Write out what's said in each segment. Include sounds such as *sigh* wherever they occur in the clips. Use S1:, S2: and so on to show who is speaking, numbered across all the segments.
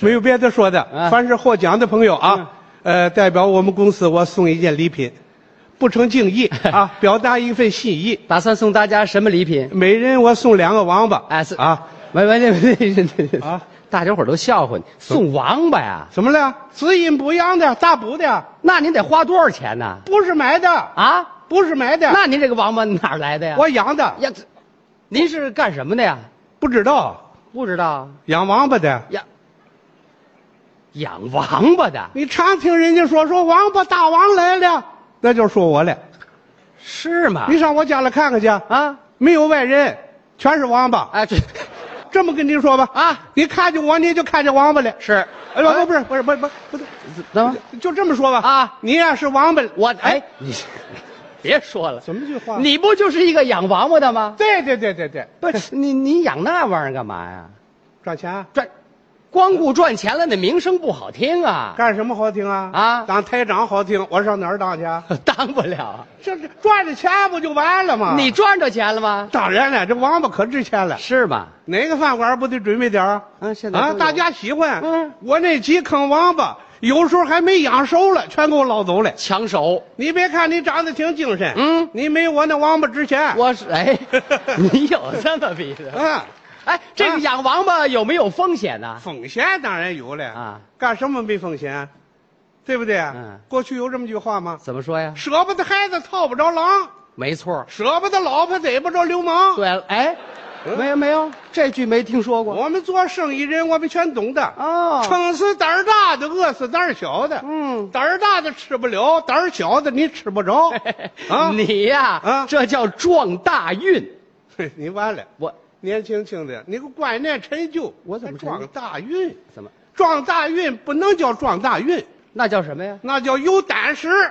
S1: 没有别的说的，
S2: 啊嗯
S1: 凡是获奖的朋友啊，呃，代表我们公司，我送一件礼品，不成敬
S2: *laughs*
S1: 意啊，表达一份心意。
S2: 打算送大家什么礼品？
S1: 每人我送两个王八。
S2: 哎是
S1: 啊，
S2: 没没没没
S1: 啊！
S2: 大家伙儿都笑话你，送王八呀？
S1: 怎么了？滋阴补阳的，大补的，
S2: 那您得花多少钱呢？
S1: 不是买的，
S2: 啊？
S1: 不是买的，
S2: 那您这个王八哪儿来的呀？
S1: 我养的，
S2: 呀，这您是干什么的呀？
S1: 不知道
S2: 不知道
S1: 养王八的。
S2: 呀，养王八的
S1: 你常听人家说说王八大王来了，那就是说我了。
S2: 是吗？
S1: 你上我家来看看去，
S2: 啊，
S1: 没有外人，全是王八。
S2: 哎，这
S1: 这么跟你说吧，
S2: 啊
S1: 你看见我，你就看见王八了。
S2: 是，
S1: 哎呦，不是，不是，不是，不是不是，
S2: 怎么？
S1: 就这么说吧。
S2: 啊
S1: 你呀是王八，
S2: 我哎，你 *laughs* 别说了，
S1: 怎么句话？
S2: 你不就是一个养王八的吗？
S1: 对对对对对，
S2: 不是你你养那玩意儿干嘛呀？
S1: 赚钱啊
S2: 赚，光顾赚钱了，那名声不好听啊，
S1: 干什么好听啊？
S2: 啊
S1: 当台长好听，我上哪儿当去啊？ *laughs*
S2: 当不了。
S1: 这这赚着钱不就完了吗？
S2: 你赚着钱了吗？
S1: 当然了，这王八可值钱了，
S2: 是吗？
S1: 哪个饭馆不得准备点儿？
S2: 啊，现在
S1: 啊，
S2: 都有
S1: 大家喜欢。
S2: 嗯，
S1: 我那几坑王八，有时候还没养熟了，全给我捞走了。
S2: 抢手。
S1: 你别看你长得挺精神，
S2: 嗯
S1: 你没我那王八值钱。
S2: 我
S1: *laughs*
S2: 是哎，你有这么比的？
S1: 啊，
S2: 哎，这
S1: 啊
S2: 个养王八有没有风险呢？
S1: 风险当然有了
S2: 啊，
S1: 干什么没风险？对不对？
S2: 嗯
S1: 过去有这么句话吗？
S2: 怎么说呀？
S1: 舍不得孩子套不着狼，
S2: 没错。
S1: 舍不得老婆逮不着流氓。
S2: 对了，哎，
S1: 嗯
S2: 没有没有，这句没听说过。
S1: 我们做生意人，我们全懂的。
S2: 哦
S1: 撑死胆儿大的，饿死胆儿小的。
S2: 嗯，
S1: 胆儿大的吃不了，胆儿小的你吃不着 *laughs* 啊！
S2: *laughs* 你呀、
S1: 啊
S2: 这叫撞大运。
S1: 嘿你完了，
S2: 我
S1: 年轻轻的，你个观念陈旧，
S2: 我怎
S1: 还
S2: 么
S1: 撞大运？
S2: 怎么？
S1: 撞大运不能叫撞大运，
S2: 那叫什么呀？
S1: 那叫有胆识，明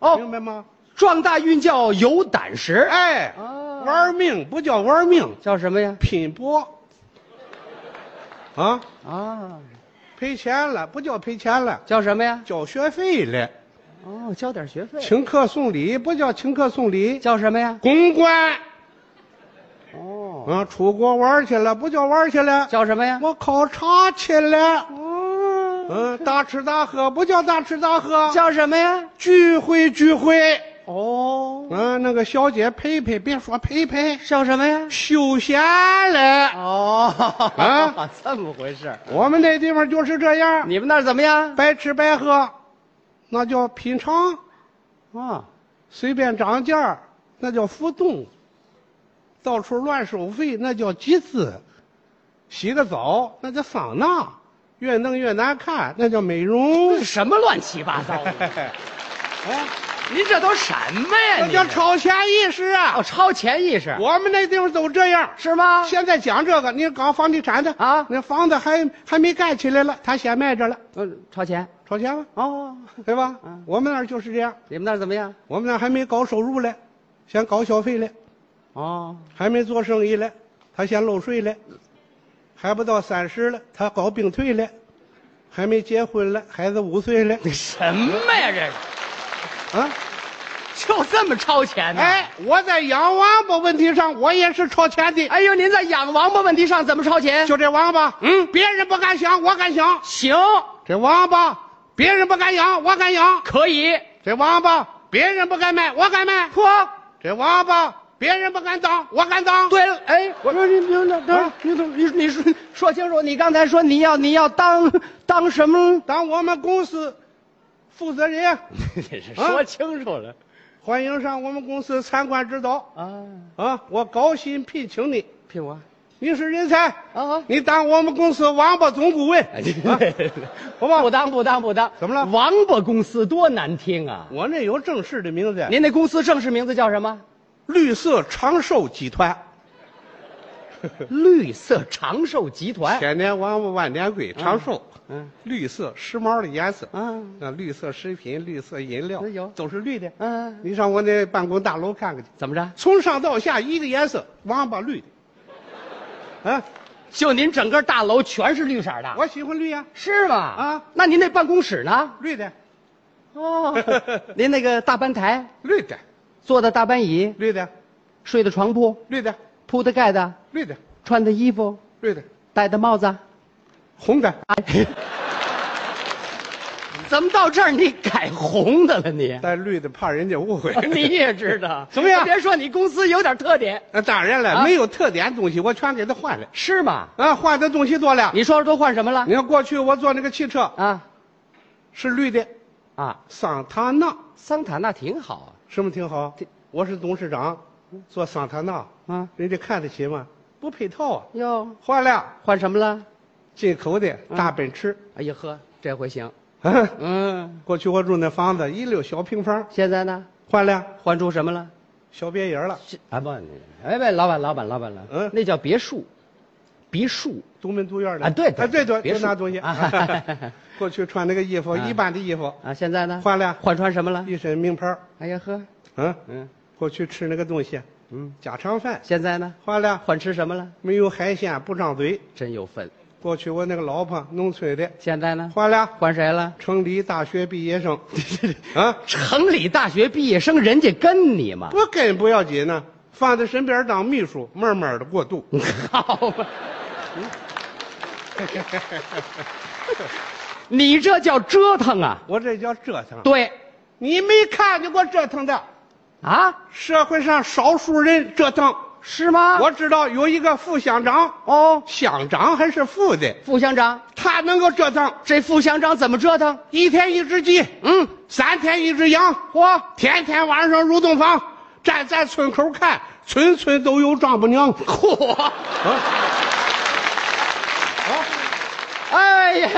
S2: 哦，
S1: 白吗？
S2: 撞大运叫有胆识。
S1: 哎，
S2: 哦
S1: 玩命不叫玩命，
S2: 叫什么呀？
S1: 拼搏啊！
S2: 啊，
S1: 赔钱了不叫赔钱了，
S2: 叫什么呀？
S1: 交学费了。
S2: 哦，交点学费。
S1: 请客送礼不叫请客送礼，
S2: 叫什么呀？
S1: 公关
S2: 哦，
S1: 啊，出国玩去了不叫玩去了，
S2: 叫什么呀？
S1: 我考察去了。
S2: 哦，
S1: 嗯，大吃大喝不叫大吃大喝，
S2: 叫什么呀？
S1: 聚会聚会。
S2: 哦，
S1: 嗯，那个小姐陪陪，别说陪陪，
S2: 叫什么呀？
S1: 休闲了。
S2: 哦，
S1: 啊，
S2: *laughs* 这么回事儿。
S1: 我们那地方就是这样，
S2: 你们那儿怎么样？
S1: 白吃白喝，那叫品尝；
S2: 啊，
S1: 随便涨价儿，那叫浮动；到处乱收费，那叫集资；洗个澡，那叫桑拿；越弄越难看，那叫美
S2: *laughs*
S1: 容。
S2: 什么乱七八糟的？ *laughs*
S1: 啊，
S2: 您这都什么呀？
S1: 那
S2: 你
S1: 叫超前意识啊！
S2: 哦，超前意识
S1: 我们那地方都这样。
S2: 是吗？
S1: 现在讲这个，你搞房地产的
S2: 啊
S1: 那房子还还没盖起来了，他先卖着了，
S2: 嗯，超前
S1: 炒钱吧，
S2: 哦，
S1: 对吧？
S2: 嗯
S1: 我们那儿就是这样，
S2: 你们那儿怎么样？
S1: 我们那儿还没搞收入嘞，先搞消费嘞，
S2: 哦，
S1: 还没做生意嘞，他先漏税嘞，还不到三十了，他搞病退嘞，还没结婚了，孩子五岁了，
S2: 什么呀？这是
S1: 啊！
S2: 就这么超前呢？
S1: 哎，，我在养王八问题上，我也是超前的。
S2: 哎呦，您在养王八问题上怎么超前？
S1: 就这王八，
S2: 嗯
S1: 别人不敢想，我敢想；
S2: 行，
S1: 这王八，别人不敢养，我敢养。
S2: 可以。
S1: 这王八别人不敢卖，我敢卖；
S2: 嚯，
S1: 这王八别人不敢当，我敢当。
S2: 对了，哎，我说你你等等
S1: 啊，
S2: 你等你你说说清楚，你刚才说你要你要当当什么？
S1: 当我们公司负责人，
S2: 你是清楚了
S1: 欢迎上我们公司参观指导
S2: 啊？
S1: 啊！我高薪聘请你，
S2: 聘我
S1: 你是人才，
S2: 啊？
S1: 你当我们公司王八总顾问。
S2: 哎你
S1: 啊
S2: 不不当不当不当，
S1: 怎么了
S2: 王八公司多难听啊！
S1: 我那有正式的名字，
S2: 您那公司正式名字叫什么？
S1: 绿色长寿集团。
S2: *laughs* 绿色长寿集团。
S1: 千年王八万年龟，长寿。
S2: 嗯
S1: 绿色时髦的颜色，
S2: 嗯
S1: 那绿色食品、绿色饮料
S2: 那有
S1: 都是绿的。
S2: 嗯，
S1: 你上我那办公大楼看看去。
S2: 怎么着？
S1: 从上到下一个颜色，王八绿的。啊，
S2: 就您整个大楼全是绿色的，
S1: 我喜欢绿呀、
S2: 是吗？
S1: 啊，
S2: 那您那办公室呢？
S1: 绿的，
S2: 哦， *laughs* 您那个大班台，
S1: 绿的，
S2: 坐的大班椅，
S1: 绿的，
S2: 睡的床铺，
S1: 绿的，
S2: 铺的盖的，
S1: 绿的，
S2: 穿的衣服，
S1: 绿的，
S2: 戴的帽子，
S1: 红
S2: *laughs*
S1: 的，
S2: 怎么到这儿你改红的了你？
S1: 带绿的怕人家误会。
S2: *laughs* 啊你也知道，
S1: 怎么样
S2: 别说你公司有点特点，
S1: *laughs* 那当然了，
S2: 啊
S1: 没有特点东西我全给他换了，
S2: 是吗？
S1: 啊，换的东西多了。
S2: 你说啊说都换什么了
S1: 你？看过去我坐那个汽车
S2: 啊
S1: 是绿的，
S2: 啊，
S1: 桑塔纳，
S2: 桑塔纳挺好
S1: 什么挺好？我是董事长，坐桑塔纳，
S2: 啊啊，
S1: 人家看得起吗？不配套啊，
S2: 哟，
S1: 换了
S2: 换什么了？
S1: 进口的
S2: 嗯
S1: 大奔驰。
S2: 哎呀呵，这回行。
S1: 啊，
S2: 嗯，
S1: 过去我住那房子一溜小平房，
S2: 现在呢？
S1: 换了
S2: 换出什么了？
S1: 小别野了，
S2: 是啊不，哎喂，老板，老板，老板了，
S1: 嗯
S2: 那叫别墅，别墅
S1: 独门独院的
S2: 啊对对
S1: 啊对对，
S2: 别
S1: 就
S2: 说
S1: 那东西
S2: 啊。
S1: *laughs* 过去穿那个衣服，
S2: 啊
S1: 一般的衣服，
S2: 啊，现在呢？
S1: 换了
S2: 换穿什么了？
S1: 一身名牌儿
S2: 哎呀呵，
S1: 嗯，
S2: 嗯
S1: 过去吃那个东西，
S2: 嗯，
S1: 家常饭，
S2: 现在呢？
S1: 换了
S2: 换吃什么了？
S1: 没有海鲜不张嘴。
S2: 真有份。
S1: 过去我那个老婆农村的，
S2: 现在呢？
S1: 换了
S2: 换谁了？
S1: 城里大学毕业生， *laughs* 啊，
S2: 城里大学毕业生，人家跟你 *laughs* 吗？
S1: 不跟不要紧呢，放在身边当秘书，慢慢的过
S2: *laughs*
S1: 渡。
S2: 好吧。你这叫折腾啊！
S1: 我这叫折腾，
S2: 对，
S1: 你没看见过折腾的，
S2: 啊，
S1: 社会上少数人折腾。
S2: 是吗？
S1: 我知道有一个副乡长，
S2: 哦，
S1: 乡长还是副的，
S2: 副乡长，
S1: 他能够折腾，
S2: 这副乡长怎么折腾？
S1: 一天一只鸡，
S2: 嗯，
S1: 三天一只羊，
S2: 嚯，
S1: 天天晚上入洞房，站在村口看，村村都有丈母娘。
S2: 嚯，
S1: 啊啊，
S2: 哎呀，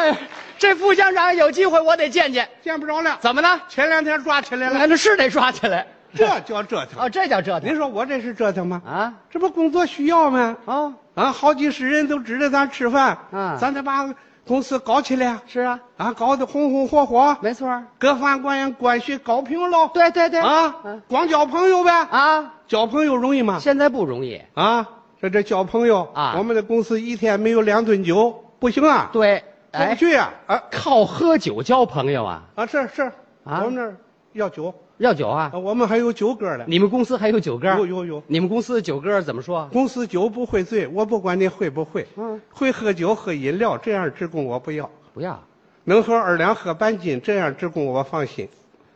S2: 这副乡长有机会我得见见，
S1: 见不着了，
S2: 怎么呢？
S1: 前两天抓起来了，
S2: 那那是得抓起来。
S1: 这叫折腾。
S2: 哦，这叫折腾
S1: 您说我这是折腾吗？
S2: 啊！
S1: 这不工作需要吗？
S2: 哦，
S1: 啊，好几十人都指着咱吃饭，
S2: 啊
S1: 咱得把公司搞起来啊，
S2: 是啊，
S1: 啊，搞得红红火火，
S2: 没错儿。
S1: 各方关关系搞平喽。
S2: 对对对，
S1: 啊
S2: 嗯，
S1: 光交朋友呗，
S2: 啊，
S1: 交朋友容易吗？
S2: 现在不容易。
S1: 啊，这这交朋友
S2: 啊
S1: 我们的公司一天没有两顿酒不行啊，
S2: 对，
S1: 过不
S2: 哎，
S1: 去啊，啊
S2: 靠喝酒交朋友啊，
S1: 啊是是，
S2: 啊
S1: 我们那儿要酒，
S2: 要酒啊
S1: 啊。我们还有酒歌嘞，
S2: 你们公司还有酒歌？
S1: 有有有，
S2: 你们公司的酒歌怎么说？
S1: 公司酒不会醉，我不管你会不会，
S2: 嗯，
S1: 会喝酒喝饮料这样职工我不要，
S2: 不要，
S1: 能喝二两喝半斤这样职工我放心，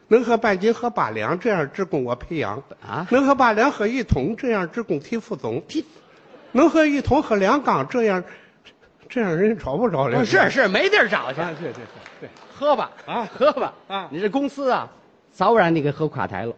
S1: 能喝半斤喝八两这样职工我培养
S2: 啊
S1: 能喝八两喝一桶这样职工提副总，
S2: 提
S1: 能喝一桶喝两缸这样，这样人找不着了，
S2: 哦是是，没地儿找去，
S1: 啊，对对对对，
S2: 喝吧，
S1: 啊
S2: 喝吧，
S1: 啊
S2: 你这公司啊，早晚你给喝垮台了。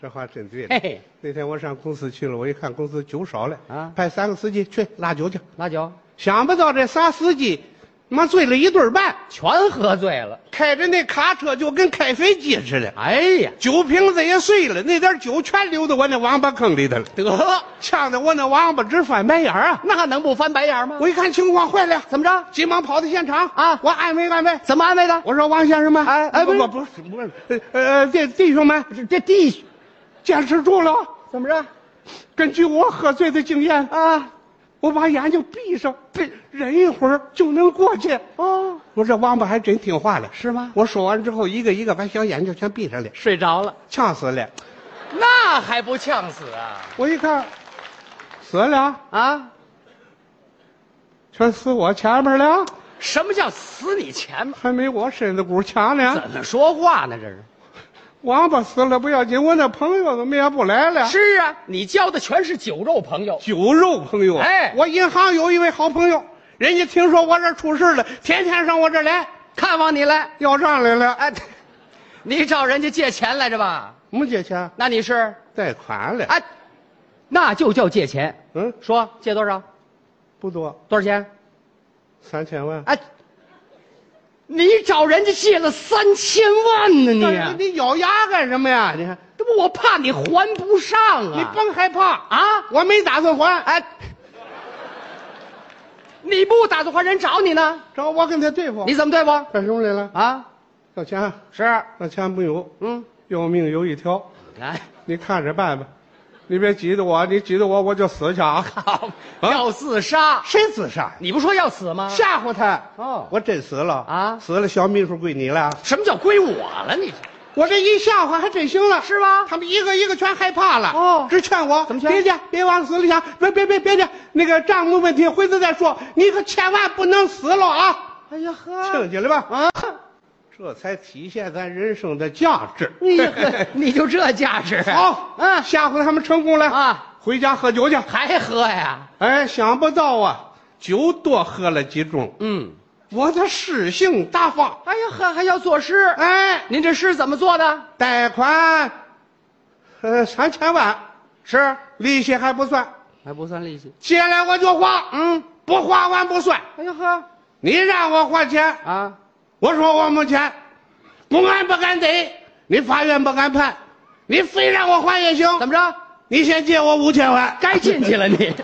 S1: 这话真对了。
S2: 嘿嘿，
S1: 那天我上公司去了，我一看公司酒少了，
S2: 啊
S1: 派三个司机去拉酒去。
S2: 拉酒
S1: 想不到这仨司机，妈醉了一对儿半，
S2: 全喝醉了。
S1: 开着那卡车就跟开飞机似的，
S2: 哎呀，
S1: 酒瓶子也碎了，那点酒全流到我那王八坑里头了，
S2: 得，
S1: 呛得我那王八直翻白眼儿啊！
S2: 那能不翻白眼吗？
S1: 我一看情况坏了，
S2: 怎么着？
S1: 急忙跑到现场
S2: 啊
S1: 我安慰安慰，
S2: 怎么安慰的？
S1: 我说王先生们，
S2: 哎哎
S1: 不
S2: 不是
S1: 不不是不是，呃呃弟弟兄们，
S2: 这这弟
S1: 坚持住了。
S2: 怎么着？
S1: 根据我喝醉的经验，
S2: 啊，
S1: 我把眼睛闭上，闭忍一会儿就能过去。
S2: 哦，
S1: 我这王八还真听话了。
S2: 是吗？
S1: 我说完之后，一个一个把小眼睛全闭上了，
S2: 睡着了，
S1: 呛死了。
S2: 那还不呛死啊？
S1: 我一看，死了，
S2: 啊，
S1: 全死我前面了，
S2: 什么叫死你前面？
S1: 还没我身子骨强呢。
S2: 怎么说话呢？这是？
S1: 王八死了不要紧，我那朋友怎么也不来了？
S2: 是啊，你交的全是酒肉朋友。
S1: 酒肉朋友。啊
S2: 哎
S1: 我银行有一位好朋友，人家听说我这儿出事了，天天上我这儿来
S2: 看望你来，
S1: 要账来了，
S2: 哎，你找人家借钱来着吧？
S1: 没借钱，
S2: 那你是
S1: 贷款了。
S2: 哎，那就叫借钱。
S1: 嗯，
S2: 说借多少？
S1: 不多，
S2: 多少钱？
S1: 三千万。
S2: 哎，你找人家借了三千万呢、
S1: 那
S2: 你
S1: 你咬牙干什么呀？你看，
S2: 这不我怕你还不上啊！
S1: 你甭害怕，
S2: 啊？
S1: 我没打算还，
S2: 哎，你不打算还人找你呢？
S1: 找我跟他对付。
S2: 你怎么对付？
S1: 干什么来了？
S2: 啊，
S1: 要钱？
S2: 是，
S1: 要钱没有，
S2: 嗯，
S1: 要命有一条，
S2: 哎，
S1: 你看着办吧，你别急着我，你急着我我就死去啊！
S2: 好， *laughs* 要自杀。
S1: 谁自杀？
S2: 你不说要死吗？
S1: 吓唬他。
S2: 哦
S1: 我真死了
S2: 啊
S1: 死了，小秘书归你了。
S2: 什么叫归我了？你
S1: 我这一吓唬还真行了，
S2: 是吧
S1: 他们一个一个全害怕了，
S2: 哦
S1: 只劝我
S2: 怎么劝
S1: 别去，别往死里想，别别别别去，那个账目问题回头再说，你可千万不能死了啊！
S2: 哎呀呵，
S1: 听见了吧？啊，
S2: 啊，
S1: 这才体现咱人生的价值。
S2: 哎
S1: *laughs*
S2: 呀呵， *laughs* 你就这架势，
S1: 好，
S2: 啊
S1: 下回他们成功了
S2: 啊，
S1: 回家喝酒去。
S2: 还喝呀？
S1: 哎，想不到啊，酒多喝了几盅，
S2: 嗯，
S1: 我的诗性大发。
S2: 哎呀呵，还要作诗，
S1: 哎，
S2: 您这诗怎么做的？
S1: 贷款，呃，三千万，
S2: 是，
S1: 利息还不算，
S2: 还不算利息。
S1: 借来我就花，
S2: 嗯，
S1: 不花完不算。
S2: 哎呀呵，
S1: 你让我还钱，
S2: 啊，
S1: 我说我没钱，公安不敢逮，你法院不敢判，你非让我还也行。
S2: 怎么着？
S1: 你先借我五千万，
S2: *laughs* 该进去了你。